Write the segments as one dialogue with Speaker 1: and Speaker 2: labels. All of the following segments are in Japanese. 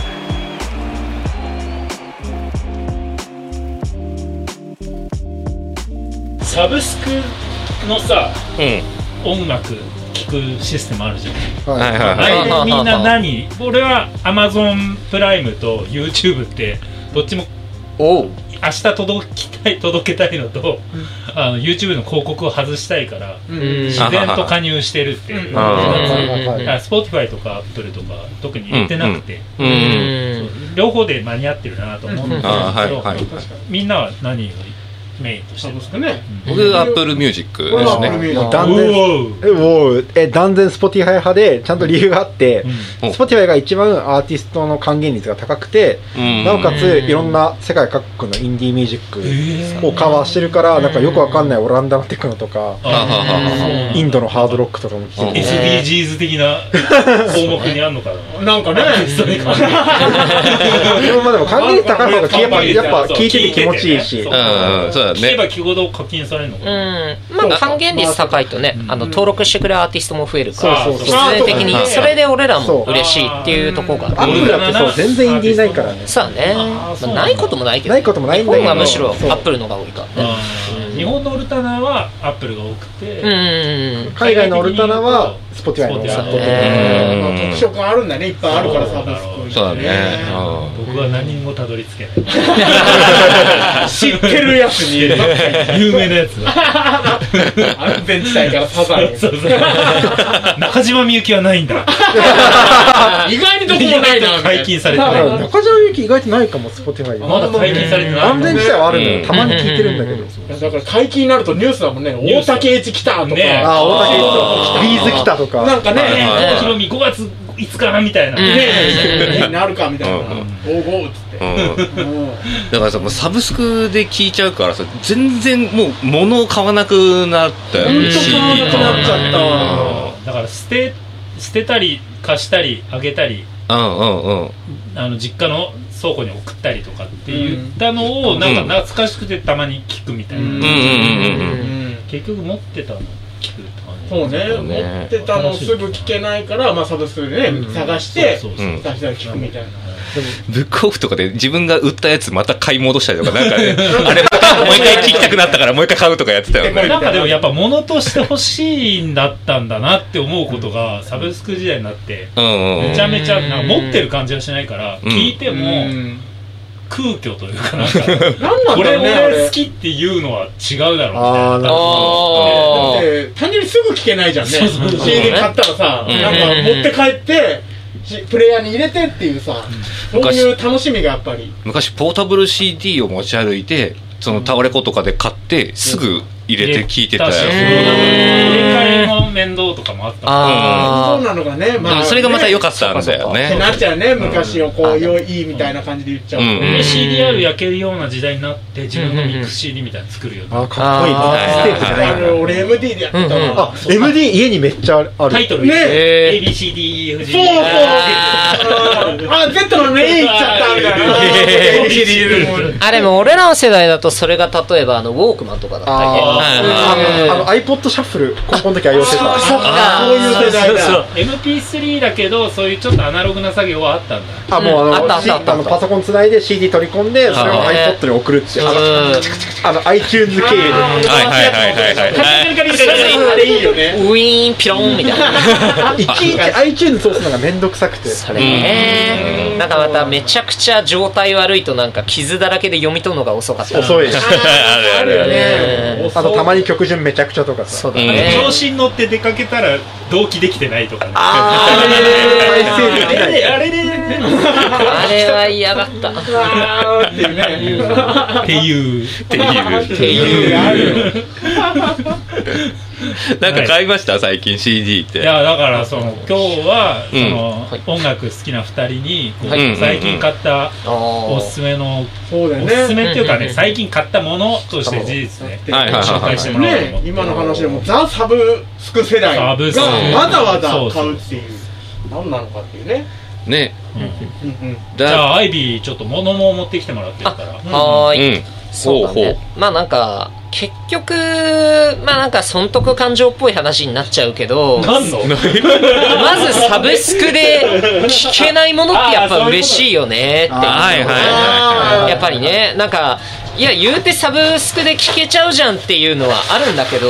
Speaker 1: Hey.
Speaker 2: サブスクのさ
Speaker 3: うん
Speaker 2: 音楽聴くシステムあるじゃん
Speaker 4: はい
Speaker 3: はいはい
Speaker 2: あ
Speaker 3: はい
Speaker 2: れ
Speaker 3: はい
Speaker 2: でみんな何俺は Amazon プライムと YouTube ってどっちも
Speaker 4: おう
Speaker 2: 明日届きたい届けたいのと、あの YouTube の広告を外したいから
Speaker 4: うん
Speaker 2: 自然と加入してるっていう、
Speaker 3: あは
Speaker 2: だ
Speaker 4: はいはいはい
Speaker 2: から Spotify とか Apple とか特に入れてなくて、
Speaker 3: うんうん
Speaker 2: 両方で間に合ってるなと思うんですけど、
Speaker 3: あーはいはい
Speaker 2: みんなは何をメインとしてるんですかね
Speaker 3: 僕アップルミュージックで
Speaker 4: 俺
Speaker 3: す
Speaker 4: は
Speaker 3: ね
Speaker 4: Apple
Speaker 5: ね
Speaker 4: Music
Speaker 5: もう
Speaker 2: う
Speaker 5: 断然
Speaker 2: おー
Speaker 5: えもうえ断然スポティファイ派でちゃんと理由があって、
Speaker 2: う
Speaker 3: うん
Speaker 5: スポティファイが一番アーティストの還元率が高くて、
Speaker 3: うん
Speaker 5: なおかつ
Speaker 6: うん
Speaker 5: いろんな世界各国のインディーミュージッ
Speaker 2: え
Speaker 5: クをカバーしてるから、なんかよくわかんないオランダのテクノとか、
Speaker 2: あははは
Speaker 5: インドのハードロックとかも聴いて
Speaker 3: うん
Speaker 5: て、
Speaker 2: SDGs 的な項目にあんのかな
Speaker 6: な んかね、
Speaker 2: それか
Speaker 5: でもまあでも還元率高い方がやっぱやっぱ聴いてて気持ちいいし
Speaker 2: そう、
Speaker 3: うんそうだ
Speaker 2: 聞けば
Speaker 3: ね
Speaker 2: 聞くほど課金されるのか
Speaker 6: う
Speaker 2: な、
Speaker 6: ん、まあ還元率高いとね、あの登録してくれるアーティストも増えるから、
Speaker 2: そうそう
Speaker 6: 必
Speaker 2: そう
Speaker 6: 然的に
Speaker 3: あ
Speaker 6: そ
Speaker 3: そう
Speaker 6: れで俺らも嬉しいっていうところが
Speaker 5: ア
Speaker 6: あ
Speaker 2: うん
Speaker 5: ッ
Speaker 6: る。
Speaker 5: プルだってそう全然インディーないからね。
Speaker 6: そうだね、
Speaker 2: あーそう
Speaker 6: まあないこともないけど、
Speaker 5: ないこともないんだけど
Speaker 6: 日本はむしろア
Speaker 5: そう
Speaker 6: ップルのが多いからね。
Speaker 2: うん日本のオルタナはアップルが多くて、
Speaker 6: うん、
Speaker 5: 海外のオルタナはスポティファイの
Speaker 2: スポティファイ
Speaker 6: そう
Speaker 3: う
Speaker 6: ね
Speaker 3: ん
Speaker 5: う
Speaker 3: うん
Speaker 5: ん特
Speaker 3: 特
Speaker 5: 徴
Speaker 3: 色
Speaker 5: があるんだねいっぱ
Speaker 2: あるから
Speaker 5: さ
Speaker 2: サブス
Speaker 3: そうだね
Speaker 2: 僕は何にもたどり着けない
Speaker 7: 知ってるやつに
Speaker 2: 有名なやつだ
Speaker 7: アルゼンチン大からサザン
Speaker 2: そうそう中島みゆきはないんだ
Speaker 7: 意外にどこもないなみたい
Speaker 2: 解
Speaker 7: な
Speaker 2: 禁されて
Speaker 5: だか
Speaker 2: ない
Speaker 5: ら中島みゆき意外とないかもスポティファイ
Speaker 2: まだ解禁されてない
Speaker 5: 安全自体はあるんだ
Speaker 3: う
Speaker 5: よ
Speaker 3: ん
Speaker 5: たまに聞いてるんだけど
Speaker 7: だから解禁になるとニュースだもんね
Speaker 2: ニュー
Speaker 7: 大
Speaker 2: ス
Speaker 7: 竹栄一来たと
Speaker 2: ね
Speaker 7: か
Speaker 5: あ大竹いつビーズ来たと
Speaker 7: な
Speaker 5: か
Speaker 7: んか
Speaker 3: はいはい
Speaker 7: ね
Speaker 3: はい
Speaker 2: ひろみ5月5日みたいな、
Speaker 6: うん
Speaker 7: ねえなるかみたいな
Speaker 3: うん
Speaker 7: おごうっつって
Speaker 3: うん
Speaker 7: うん
Speaker 3: だからさもうサブスクで聞いちゃうからさ全然もう物を買わなくなったよ
Speaker 7: ほんと買わなくなっちゃったわ
Speaker 2: だから捨て捨てたり貸したりあげたり
Speaker 3: うんうんうんうん
Speaker 2: あの実家の倉庫に送ったりとかって言ったのを、
Speaker 3: ん
Speaker 2: なんか懐かしくてたまに聞くみたいな、
Speaker 7: うん
Speaker 3: うんうんうんうん
Speaker 2: 結局持ってたの聞くって感じ
Speaker 7: そうね
Speaker 3: うね
Speaker 7: 持ってたのすぐ聞けないからまあサブスクでね探して
Speaker 2: そうそうそ
Speaker 3: う
Speaker 2: うん
Speaker 7: 出したら聞くみたいな
Speaker 3: ブックオフとかで自分が売ったやつまた買い戻したりとかなんかねあれまたもう一回聞きたくなったからもう一回買うとかやってたよね
Speaker 2: なんかでもやっぱ物として欲しいんだったんだなって思うことがサブスク時代になって
Speaker 3: うんうんう
Speaker 2: め
Speaker 3: ん
Speaker 2: ちゃめちゃなんか持ってる感じはしないから
Speaker 3: うん
Speaker 2: 聞いて
Speaker 7: で
Speaker 2: も空虚というかなんか
Speaker 7: なんなん
Speaker 2: こ
Speaker 7: だ
Speaker 2: れ
Speaker 7: ろうねあ
Speaker 2: 俺
Speaker 7: れ
Speaker 2: 好きっていうのは違うだろう
Speaker 5: あーなるほ
Speaker 6: あー
Speaker 7: で単純にすぐ聞けないじゃんね
Speaker 2: そうそうそう
Speaker 7: CD 買ったらさ
Speaker 3: うん
Speaker 7: なんか持って帰ってしプレイヤーに入れてっていうさそういう楽しみがやっぱり
Speaker 3: 昔ポータブル CD を持ち歩いてそのタワレコとかで買ってすぐ入れて聞いてたよ
Speaker 2: だし入れ替えの面倒とかもあったから
Speaker 6: あ
Speaker 7: そう
Speaker 6: ー
Speaker 7: なのがね
Speaker 3: で
Speaker 7: ま
Speaker 3: も
Speaker 7: あ
Speaker 3: それがまた良
Speaker 7: よ
Speaker 3: かったんだよ
Speaker 7: って
Speaker 3: ね
Speaker 7: なっちゃうね昔をこ
Speaker 6: う
Speaker 7: うん良いみたいな感じで言っちゃうと
Speaker 3: うん
Speaker 2: で
Speaker 3: うん
Speaker 7: ね
Speaker 2: CDR 焼けるような時代になって自分のミックス CD みたいなの作るよね
Speaker 5: どあーかっこいい
Speaker 6: あー
Speaker 5: ステーキじゃない
Speaker 7: あの俺 MD でやってた
Speaker 6: うんうん
Speaker 5: あ
Speaker 7: わ
Speaker 5: MD 家にめっちゃある
Speaker 2: タイトル
Speaker 7: ね
Speaker 6: え
Speaker 2: ABCDEFG
Speaker 7: そうそうあ Z のね A いっちゃったみたいな
Speaker 2: へー
Speaker 7: ABCD もう
Speaker 6: あれも俺らの世代だとそれが例えばあのウォークマンとかだったり
Speaker 5: あ
Speaker 3: はい
Speaker 6: はい
Speaker 5: ーあの iPod シャッフル高校の時愛用してた
Speaker 7: あーそっ
Speaker 6: あ
Speaker 7: か
Speaker 6: ー
Speaker 7: そういう世代
Speaker 2: そう
Speaker 7: だ
Speaker 2: MP3 だけどそういうちょっとアナログな作業はあったんだ
Speaker 5: あもう
Speaker 6: うん
Speaker 5: あ
Speaker 6: あったあ
Speaker 5: の
Speaker 6: っ
Speaker 5: C-
Speaker 6: たあった
Speaker 5: あのパソコンつないで CD 取り込んでそれを
Speaker 3: あ
Speaker 6: ー
Speaker 5: iPod に送るっていうあのあの iTunes 経由で
Speaker 7: あー
Speaker 3: はいはいはいはいはいはい
Speaker 7: あれいいよね
Speaker 6: ウィーンピローンみたいな。
Speaker 5: いちいち iTunes 通すのがめんどくさくて
Speaker 6: それね。なんかまためちゃくちゃ状態悪いとなんか傷だらけで読み取るのが遅かった。
Speaker 5: 遅い
Speaker 3: あるあるある
Speaker 6: ね
Speaker 5: あとたまに曲順めちゃくちゃとかさ
Speaker 6: そうだ
Speaker 3: うん
Speaker 6: ね。
Speaker 2: 調子に乗って出かけたら同期できてないとかね
Speaker 6: あ
Speaker 5: 再生でき
Speaker 2: あ
Speaker 5: ない
Speaker 2: れであれで
Speaker 6: あれは嫌だった。
Speaker 7: わーっていうね
Speaker 2: っていう。
Speaker 3: っていう。
Speaker 6: っていう
Speaker 7: あるよ
Speaker 3: なんか買いました最近 CD って。
Speaker 2: いやだからその今日は
Speaker 3: うん
Speaker 2: その音楽好きな二人にこう
Speaker 3: はい
Speaker 2: 最近買った
Speaker 6: お
Speaker 2: おすすめの
Speaker 7: そうだよ
Speaker 2: お
Speaker 7: ね
Speaker 2: すすめっていうか
Speaker 6: うんうん
Speaker 2: ね
Speaker 6: うん
Speaker 2: 最近買ったものとして事実ね
Speaker 3: はいはい
Speaker 2: 紹
Speaker 3: はい
Speaker 2: 介
Speaker 3: は
Speaker 2: して
Speaker 3: い。
Speaker 2: もらおうと思
Speaker 7: ね
Speaker 2: って
Speaker 7: 今の話でもザ・サブスク世代が
Speaker 2: サ
Speaker 7: わ
Speaker 2: ブスク
Speaker 7: ざわざ
Speaker 2: そうそ
Speaker 7: 買
Speaker 2: う
Speaker 7: うっていう何なのかっていうね
Speaker 3: ね。
Speaker 2: うん
Speaker 7: うんうん
Speaker 2: じゃ
Speaker 3: だ
Speaker 2: あアイビーちょっと物も持ってきてもらってるから
Speaker 6: は
Speaker 3: う
Speaker 6: ーい。
Speaker 3: ん。
Speaker 6: そうだ
Speaker 3: ほうほう
Speaker 6: ね。まあなんか、結局、まあなんか損得感情っぽい話になっちゃうけど、ま
Speaker 2: 何の
Speaker 6: ずサブスクで聞けないものってやっぱ嬉しいよねっていうのが
Speaker 3: はいはいはい
Speaker 7: あー
Speaker 6: やっぱりね、なんか、いや、言うてサブスクで聴けちゃうじゃんっていうのはあるんだけど、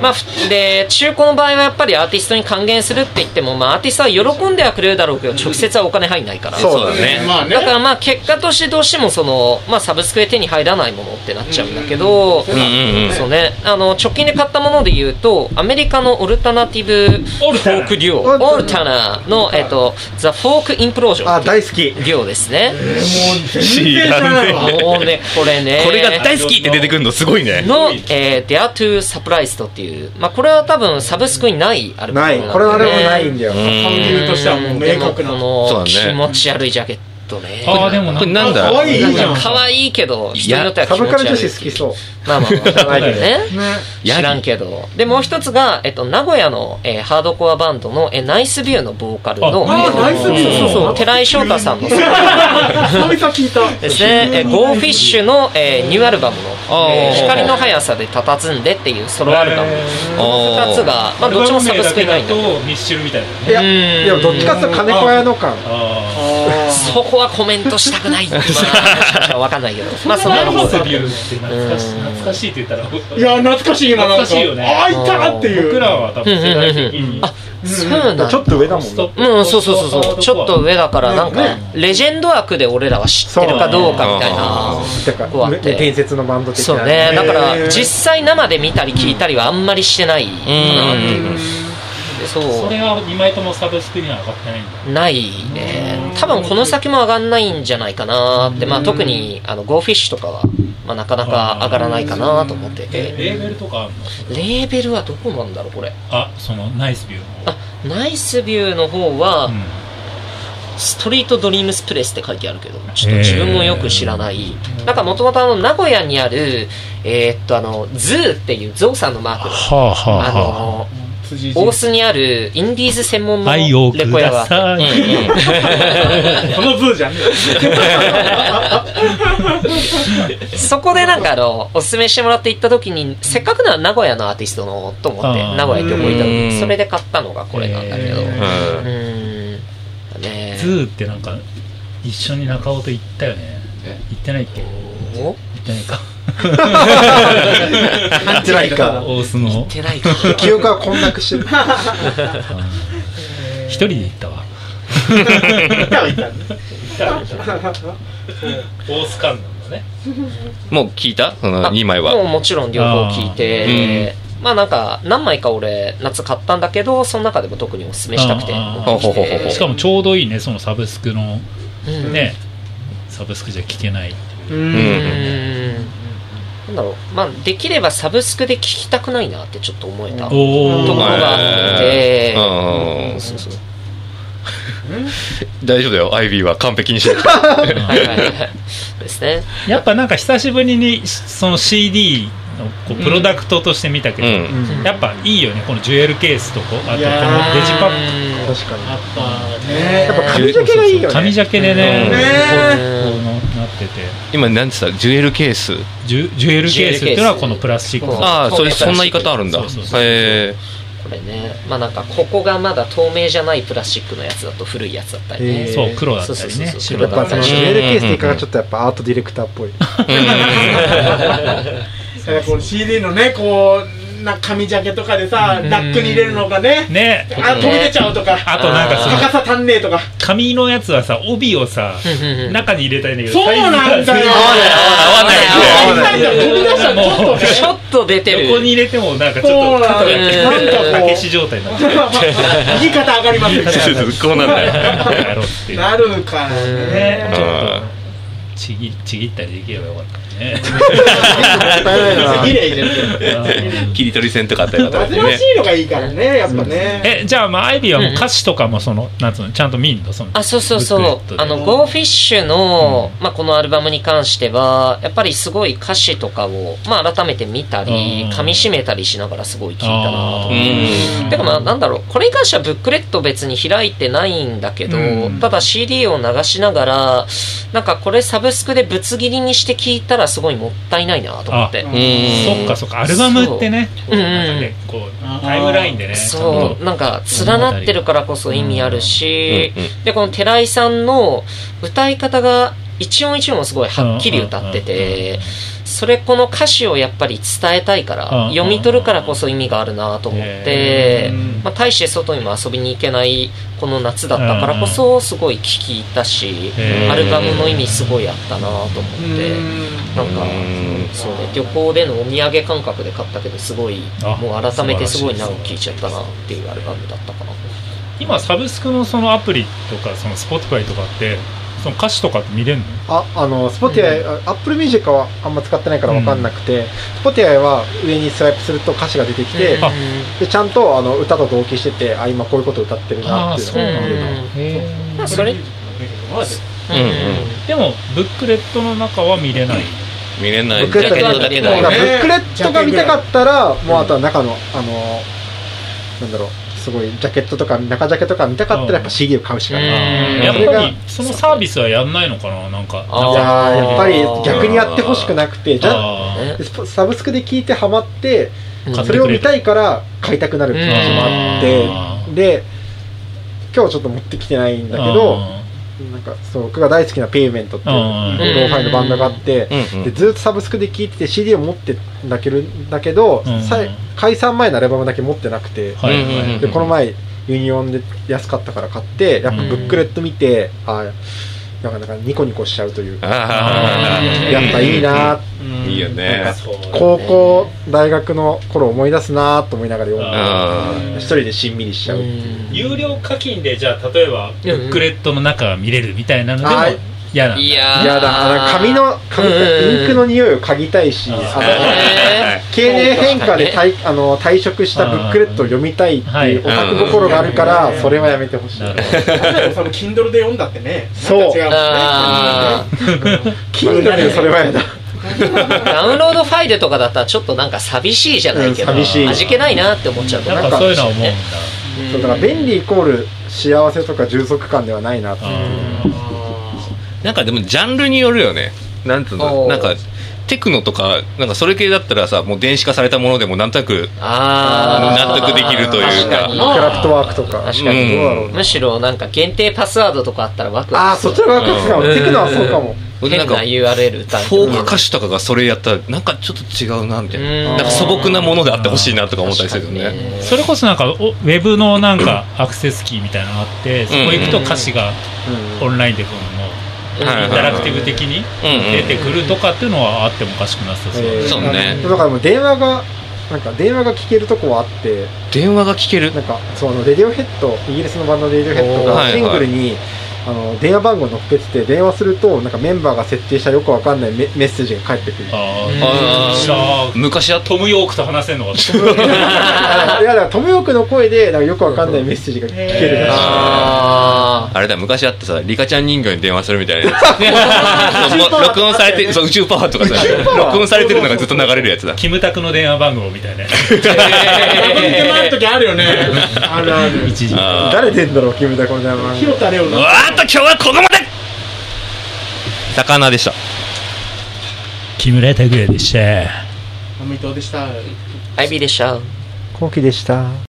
Speaker 6: まあ、ふで、中古の場合はやっぱりアーティストに還元するって言っても、まあ、アーティストは喜んではくれるだろうけど、直接はお金入んないから。
Speaker 3: そうだね。
Speaker 7: まあね
Speaker 6: だからまあ結果としてどうしてもその、まあ、サブスクで手に入らないものってなっちゃうんだけど、
Speaker 3: うんうんうん。
Speaker 6: そうね、あの直近で買ったもので言うとアメリカのオルタナティブフ
Speaker 2: オルタナ
Speaker 6: ォークデュオオルタナの、えっと「ザ・フォーク・インプロージョン」
Speaker 5: あ、大好
Speaker 6: デ
Speaker 5: き。
Speaker 6: ュオですね
Speaker 3: 知らね
Speaker 6: もうねこれね
Speaker 3: え。これが大好きって出てくるのすごいね。
Speaker 6: の「えー、Dare to Surprised」っていう、まあ、これは多分サブスクにないアルバムな
Speaker 5: な
Speaker 6: ん
Speaker 5: い。
Speaker 6: でね
Speaker 5: これはでもないんだよ。
Speaker 7: 韓流としてはもう
Speaker 6: で
Speaker 7: 明確な
Speaker 6: もこの
Speaker 3: そうだね
Speaker 6: 気持ち悪いジャケットね
Speaker 2: ああでも
Speaker 3: これなん
Speaker 7: あ
Speaker 3: だ
Speaker 7: 可愛いじゃ
Speaker 6: なん
Speaker 7: ん
Speaker 6: か可愛いけど人によっては気
Speaker 5: サ
Speaker 6: 持ち
Speaker 5: ブ
Speaker 6: 悪い
Speaker 5: カル女子好きそう。
Speaker 6: まあまあまあ、ね、
Speaker 7: ね
Speaker 6: 知らんけど。で、もう一つが、えっと、名古屋の、えーハードコアバンドの、えーナイスビューのボーカルの、
Speaker 2: あ
Speaker 6: え
Speaker 7: あ
Speaker 6: っ
Speaker 7: ー
Speaker 6: と
Speaker 7: ナイスビュー
Speaker 6: そう
Speaker 7: そう
Speaker 6: そう、寺井翔太さんの、そう
Speaker 7: 久々聞いた
Speaker 6: です ね、えーゴーフィッシュの、えーニューアルバムの、
Speaker 3: あー
Speaker 6: えー光の速さで佇んでっていうソロアルバム。
Speaker 3: あー
Speaker 6: 二つが、まあ、どっちもサブスクにないんだ
Speaker 2: と
Speaker 6: けど。
Speaker 2: ミッシェルみたいなね
Speaker 5: いや、
Speaker 6: うん
Speaker 5: いや、どっちかっていうと金子屋の感。
Speaker 2: あ
Speaker 7: あ
Speaker 6: そこはコメントしたくない。ま あ、わかんないけど。まあ、そんな
Speaker 2: あ
Speaker 6: の
Speaker 2: ナ
Speaker 6: も
Speaker 2: イ。スビューって懐かしい
Speaker 6: うん
Speaker 2: 懐かしいって言ったら
Speaker 7: ーいや懐かしい今なんか
Speaker 2: 懐かしいよね
Speaker 7: あいたっていう
Speaker 2: 僕らは多分世代的に
Speaker 6: あ、そうなんだ
Speaker 5: ちょっと上だもんね。
Speaker 6: うん、そうそうそうそう。ちょっと上だから、なんか、レジェンド枠で俺らは知ってるかどうかみたいな。
Speaker 5: てか、
Speaker 6: こうやって
Speaker 5: 伝説のバンド的な。
Speaker 6: そうね。だか
Speaker 7: へ
Speaker 6: ら、
Speaker 7: ー
Speaker 6: 実際生で見たり聞いたりはあんまりしてないかなっていう
Speaker 3: うん
Speaker 6: そう。
Speaker 2: それが2枚ともサブスクには上がってないんだ
Speaker 6: ないね。多分この先も上がんないんじゃないかなって。まあ特に、あの、ゴーフィッシュとかは、まあなかなか上がらないかなと思って
Speaker 2: え
Speaker 6: て。
Speaker 2: レーベルとかあるの
Speaker 6: レーベルはどこなんだろう、これ。
Speaker 2: あそのナイスビューの
Speaker 6: あ、ナイスビューの方は、
Speaker 2: うん
Speaker 6: ストリートドリームスプレスって書いてあるけど、ちょっと自分もよく知らない。なんかもともとあの、名古屋にある、えーっとあの、ズーっていうゾウさんのマークの、
Speaker 2: はあは
Speaker 6: あの、
Speaker 7: 辻井
Speaker 6: 大須にあるインディーズ専門の
Speaker 2: 愛を
Speaker 6: レコ
Speaker 2: く
Speaker 6: ヤ
Speaker 2: だ
Speaker 6: が、
Speaker 2: さい
Speaker 7: このブーじゃんね
Speaker 6: そこでなんかあの、おすすめしてもらって行った時に、せっかくなら名古屋のアーティストのと思って、
Speaker 2: あー
Speaker 6: 名古屋に旅行いた時
Speaker 3: う
Speaker 6: に、
Speaker 3: ん
Speaker 6: それで買ったのがこれなんだけど、
Speaker 2: へー
Speaker 3: う
Speaker 6: う
Speaker 3: ん
Speaker 6: ーん、だね
Speaker 2: ズーってなんか一緒に中尾と行ったよね
Speaker 4: え
Speaker 2: 行ってないっけ行
Speaker 6: お
Speaker 2: ってないか
Speaker 5: やってないか。
Speaker 2: 大須の
Speaker 6: てないか。
Speaker 5: 記憶は混濁してる。
Speaker 2: 一人で行ったわ
Speaker 7: いたはいた
Speaker 2: 大須観なんだね
Speaker 3: もう聞いたその
Speaker 6: あ
Speaker 3: 2枚
Speaker 6: もう
Speaker 3: は。
Speaker 6: もちろん両方聞いて、まあなんか何枚か俺夏買ったんだけどその中でも特におすすめしたくて
Speaker 2: あー
Speaker 6: 持ってきて
Speaker 3: ほうほうほうほう
Speaker 2: しかもちょうどいいねそのサブスクの
Speaker 6: うん
Speaker 2: ねサブスクじゃ聞けない
Speaker 6: うー
Speaker 5: うん
Speaker 6: んなんだろうまあできればサブスクで聞きたくないなってちょっと思えたとこ
Speaker 2: お
Speaker 6: ろ
Speaker 2: お
Speaker 6: があって
Speaker 3: えーうん
Speaker 6: そうそう
Speaker 3: 大丈夫だよ。アイビーは完璧にしてる。
Speaker 6: はいはいはいですね
Speaker 2: やっぱなんか久しぶりにその CD のこうプロダクトとして見たけ
Speaker 3: う
Speaker 2: ど、
Speaker 3: ん。
Speaker 2: やっぱいいよねこのジュエルケースとこあとこのデジ
Speaker 7: いや
Speaker 2: パ
Speaker 7: ー
Speaker 2: ック
Speaker 6: ッ
Speaker 5: 確かに。
Speaker 7: やっぱね
Speaker 5: やっぱ髪だけがいいよね。
Speaker 2: 紙ジャケでね、
Speaker 3: うんね
Speaker 2: こうこうなってて
Speaker 3: 今何て言ったジュエルケース。
Speaker 2: ジュジュエルケースっていうのはこのプラスチックの
Speaker 3: ああ、それ、そんな言い方あるんだ。
Speaker 2: そうそうそう
Speaker 3: へえ。
Speaker 6: これねまあなんかここがまだ透明じゃないプラスチックのやつだと古いやつだったり
Speaker 5: へ
Speaker 6: ね
Speaker 5: ー
Speaker 2: そう黒だったりね
Speaker 6: そうそうそう
Speaker 2: 白
Speaker 5: やっ
Speaker 2: だ
Speaker 5: ぱ
Speaker 2: っ
Speaker 5: そ
Speaker 2: た
Speaker 5: の
Speaker 2: り
Speaker 5: ジュエルケースっていかがちょっとやっぱアートディレクターっぽい。
Speaker 7: だからこの CD のねこうな紙ジャケとかでさ、ラックに入れるのがね
Speaker 2: ね
Speaker 7: あ飛び出ちゃうとか
Speaker 2: あとなんかその
Speaker 7: 高さ足んねえとか
Speaker 2: 紙のやつはさ帯をさ
Speaker 6: うんうんうん
Speaker 2: 中に入れたいんだけど
Speaker 7: そうなん
Speaker 2: サ
Speaker 7: だよ
Speaker 2: イズが
Speaker 3: 合わない
Speaker 2: 合わ
Speaker 3: 合わ
Speaker 2: な
Speaker 3: ないい
Speaker 7: んだよ飛び出しちゃうちょっとね
Speaker 6: ちょっと出てる
Speaker 2: 横に入れてもなんかち
Speaker 7: そ
Speaker 2: ょ
Speaker 7: う
Speaker 2: っと
Speaker 7: な
Speaker 2: 肩
Speaker 7: ん
Speaker 2: が
Speaker 7: だよ
Speaker 6: うん
Speaker 7: なんかこ
Speaker 2: 欠け
Speaker 7: う
Speaker 2: し状態になっちゃ
Speaker 7: 右肩上がりま すみたい
Speaker 3: そうそうこうなん
Speaker 2: う
Speaker 3: だ
Speaker 2: や
Speaker 3: よ
Speaker 2: ろうっていう
Speaker 7: ななるから
Speaker 2: ね
Speaker 7: ね
Speaker 2: ちょっ
Speaker 3: うん
Speaker 2: とちぎちぎったりできればよかったね
Speaker 5: ないな
Speaker 7: 綺麗入れてる
Speaker 3: 切り取り線とかあったりとか
Speaker 7: 煩わしいのがいいからねやっぱね
Speaker 2: えじゃあまあアイビーはもう歌詞とかもそのなんつうのちゃんと見んのその
Speaker 6: あそうそう
Speaker 2: ブッ
Speaker 6: そ
Speaker 2: クレ
Speaker 6: う
Speaker 2: ット
Speaker 6: あの GoFish の、まあ、このアルバムに関してはやっぱりすごい歌詞とかを、まあ、改めて見たり
Speaker 2: うん
Speaker 6: 噛みしめたりしながらすごい聞いたなと
Speaker 3: う
Speaker 2: あ
Speaker 3: ん
Speaker 6: てかまあなんだろうこれに関してはブックレット別に開いてないんだけど、
Speaker 2: うん
Speaker 6: ただ CD を流しながらなんかこれサブスクでぶつ切りにして聞いたらすごいもったいないなと思って
Speaker 7: あ
Speaker 3: うん
Speaker 2: そっかそっかアルバムってね
Speaker 6: そううんうん
Speaker 2: なんかねこうタイムラインでね
Speaker 6: そ
Speaker 2: ち
Speaker 6: うなんか連なってるからこそ意味あるし、
Speaker 3: うんう
Speaker 6: でこの寺井さんの歌い方が一音一音すごい
Speaker 2: ゃんと
Speaker 6: はっきり歌って
Speaker 2: うんうんうん
Speaker 6: てそれこの歌詞をやっぱり伝えたいか
Speaker 2: うん
Speaker 6: ら読み取るからこそ意味があるなと思っ
Speaker 2: へ
Speaker 6: て
Speaker 2: ー、
Speaker 6: まあ、大して外にも遊びに行けないこの夏だったからこそすごい聴き入ったし
Speaker 2: へー
Speaker 6: アルバムの意味すごいあったなと思ってなんか
Speaker 3: うん
Speaker 6: そうね旅行でのお土産感覚で買ったけどすごい
Speaker 2: あ
Speaker 6: もう改めてすごい長く聴いちゃったなっていうアルバムだったかな。
Speaker 2: 今サブスクのそのアプリとかその Spotify とかってその歌詞とかって見れるの
Speaker 5: ああのスポティアイ、アップルミュージックはあんま使ってないから分かんなくて、スポティアイは上にスワイプすると歌詞が出てきて、
Speaker 2: あ
Speaker 5: でちゃんとあの歌と同期しててあ今こういうこと歌ってるなっていう
Speaker 2: あーそうなんだ
Speaker 6: まあそれ、うん
Speaker 3: うんうん
Speaker 2: でもブックレットの中は見れない
Speaker 3: 見れな
Speaker 5: ブ
Speaker 3: い
Speaker 5: ッ
Speaker 3: ジ
Speaker 5: クレッ
Speaker 3: ャ
Speaker 5: ト
Speaker 3: ケット
Speaker 5: が
Speaker 3: だけ
Speaker 5: 見
Speaker 3: だ
Speaker 5: た
Speaker 3: よ
Speaker 5: ブ
Speaker 3: ね
Speaker 5: ックレットが見たかったらもうあとは中のあのなんだろうすごいジャケットとか中ジャケとか見たかったらやっぱ CD を買うしかない、
Speaker 6: うん
Speaker 2: やっぱりそのサービスはやんないのかななんか
Speaker 6: あー
Speaker 5: いやーやっぱり逆にやってほしくなくてじゃ
Speaker 2: あー
Speaker 6: ね
Speaker 5: スポサブスクで聞いてハマって
Speaker 6: うん
Speaker 2: 買って
Speaker 5: それ
Speaker 2: く
Speaker 5: を
Speaker 2: れ
Speaker 5: 見
Speaker 2: る
Speaker 5: たいから買いたくなる気持ちもあっ
Speaker 2: う
Speaker 5: てで今日ちょっと持ってきてないんだけどなんかそう僕が大好きなペイメントっていう
Speaker 2: うん
Speaker 5: ローファイのバンドがあって
Speaker 3: うんうん
Speaker 5: でずっとサブスクで聴いてて CD を持ってんだけどだけど、
Speaker 2: うん
Speaker 5: さ解散前のアルバムだけ持ってなくて、
Speaker 2: はいはい
Speaker 3: うんうんうん
Speaker 5: でこの前ユニオンで安かったから買ってやっぱブックレット見て、あーなんかなんかニコニコしちゃうというか、
Speaker 3: あー
Speaker 5: やっぱいいなー
Speaker 3: いいよね
Speaker 5: 高校大学の頃思い出すなーと思いながら読ん
Speaker 2: あ
Speaker 5: で
Speaker 3: うん
Speaker 5: 一人でしんみりしちゃう、
Speaker 2: 有料課金でじゃあ例えばブックレットの中が見れるみたいなのでも
Speaker 5: あー
Speaker 2: 嫌なんだ
Speaker 6: いやー
Speaker 5: いやだあの紙の紙
Speaker 6: うんうんうん
Speaker 5: インクの匂いを嗅ぎたいし
Speaker 2: あー
Speaker 5: あの
Speaker 6: え
Speaker 5: 経年変化で退あの退職したブックレットを読みたいっていうオタク心があるから、
Speaker 7: はい
Speaker 5: それはやめてほしい
Speaker 2: なる
Speaker 7: その Kindle で読んだってね
Speaker 5: そう
Speaker 7: なんか違
Speaker 6: あ
Speaker 5: 気になるよそれはやだ
Speaker 6: ーダウンロードファイルとかだったらちょっとなんか寂しいじゃないけど、
Speaker 5: うん寂しい
Speaker 6: 味気ないなって思っちゃうと
Speaker 2: なんかそういうのは思うんだ
Speaker 5: そうだから便利イコール幸せとか充足感ではないなって
Speaker 2: あー
Speaker 3: なんかでもジャンルによるよねなんつう
Speaker 6: お
Speaker 3: の
Speaker 6: ー
Speaker 3: なんかテクノとかなんかそれ系だったらさもう電子化されたものでもなんとなく
Speaker 6: あー
Speaker 3: 納得できるというか
Speaker 5: クラフトワークとか
Speaker 6: 確か
Speaker 3: に
Speaker 5: どうだろう
Speaker 6: むしろなんか限定パスワードとかあったらワク
Speaker 5: あ
Speaker 6: ワ
Speaker 5: あ
Speaker 6: クす
Speaker 5: そっ
Speaker 6: る
Speaker 5: ちの方が勝つかも
Speaker 3: うん
Speaker 5: テクノはそうかも
Speaker 3: 俺な
Speaker 6: 変
Speaker 3: んか
Speaker 6: な URL 歌い
Speaker 3: フォーク歌手とかがそれやったらなんかちょっと違うなみたい
Speaker 6: うん
Speaker 3: ななんか素朴なものであってほしいなとか思ったりするよね
Speaker 2: それこそなんかおウェブのなんかアクセスキーみたいなのがあってそこ行くと歌詞がオンラインでこの
Speaker 6: うん
Speaker 3: はい
Speaker 2: インタラクティブ的に出てくるとかっていうのはあってもおかしくなさそう
Speaker 5: えー
Speaker 3: そうね
Speaker 5: だからもう電話がなんか電話が聞けるとこはあって
Speaker 3: 電話が聞ける
Speaker 5: なんかそのレディオヘッドイギリスのバンドレディオヘッ
Speaker 3: おー
Speaker 5: ドが
Speaker 3: はいはい
Speaker 5: シングルにあの電話番号載っけてて電話するとなんかメンバーが設定したよくわかんないメメッセージが返ってくる
Speaker 2: あ
Speaker 6: うん
Speaker 3: あ
Speaker 2: ー
Speaker 3: ー
Speaker 2: じゃあ
Speaker 3: 昔あった
Speaker 2: トム・ヨークと話せんのが
Speaker 5: あ いやだからトムヨークの声でなんかよくわかんないメッセージが聞けるらしい
Speaker 6: あー
Speaker 3: あれだ昔あったさリカちゃん人形に電話するみたいなやつそうもう録音されてそう宇宙パワーとかさ録音されてるのがずっと流れるやつだ
Speaker 2: キムタクの電話番号みたいな
Speaker 7: ラブリーマンの時あるよねあるあ る
Speaker 2: 一時
Speaker 3: あ
Speaker 5: 誰出んだろうキムタクの電話番号
Speaker 7: 広田レオ
Speaker 3: ーう
Speaker 7: の
Speaker 3: わーっと今日はここまで魚でした
Speaker 2: 木村拓哉でした
Speaker 7: おめでとうでした
Speaker 6: アイビーでした
Speaker 5: コウキでした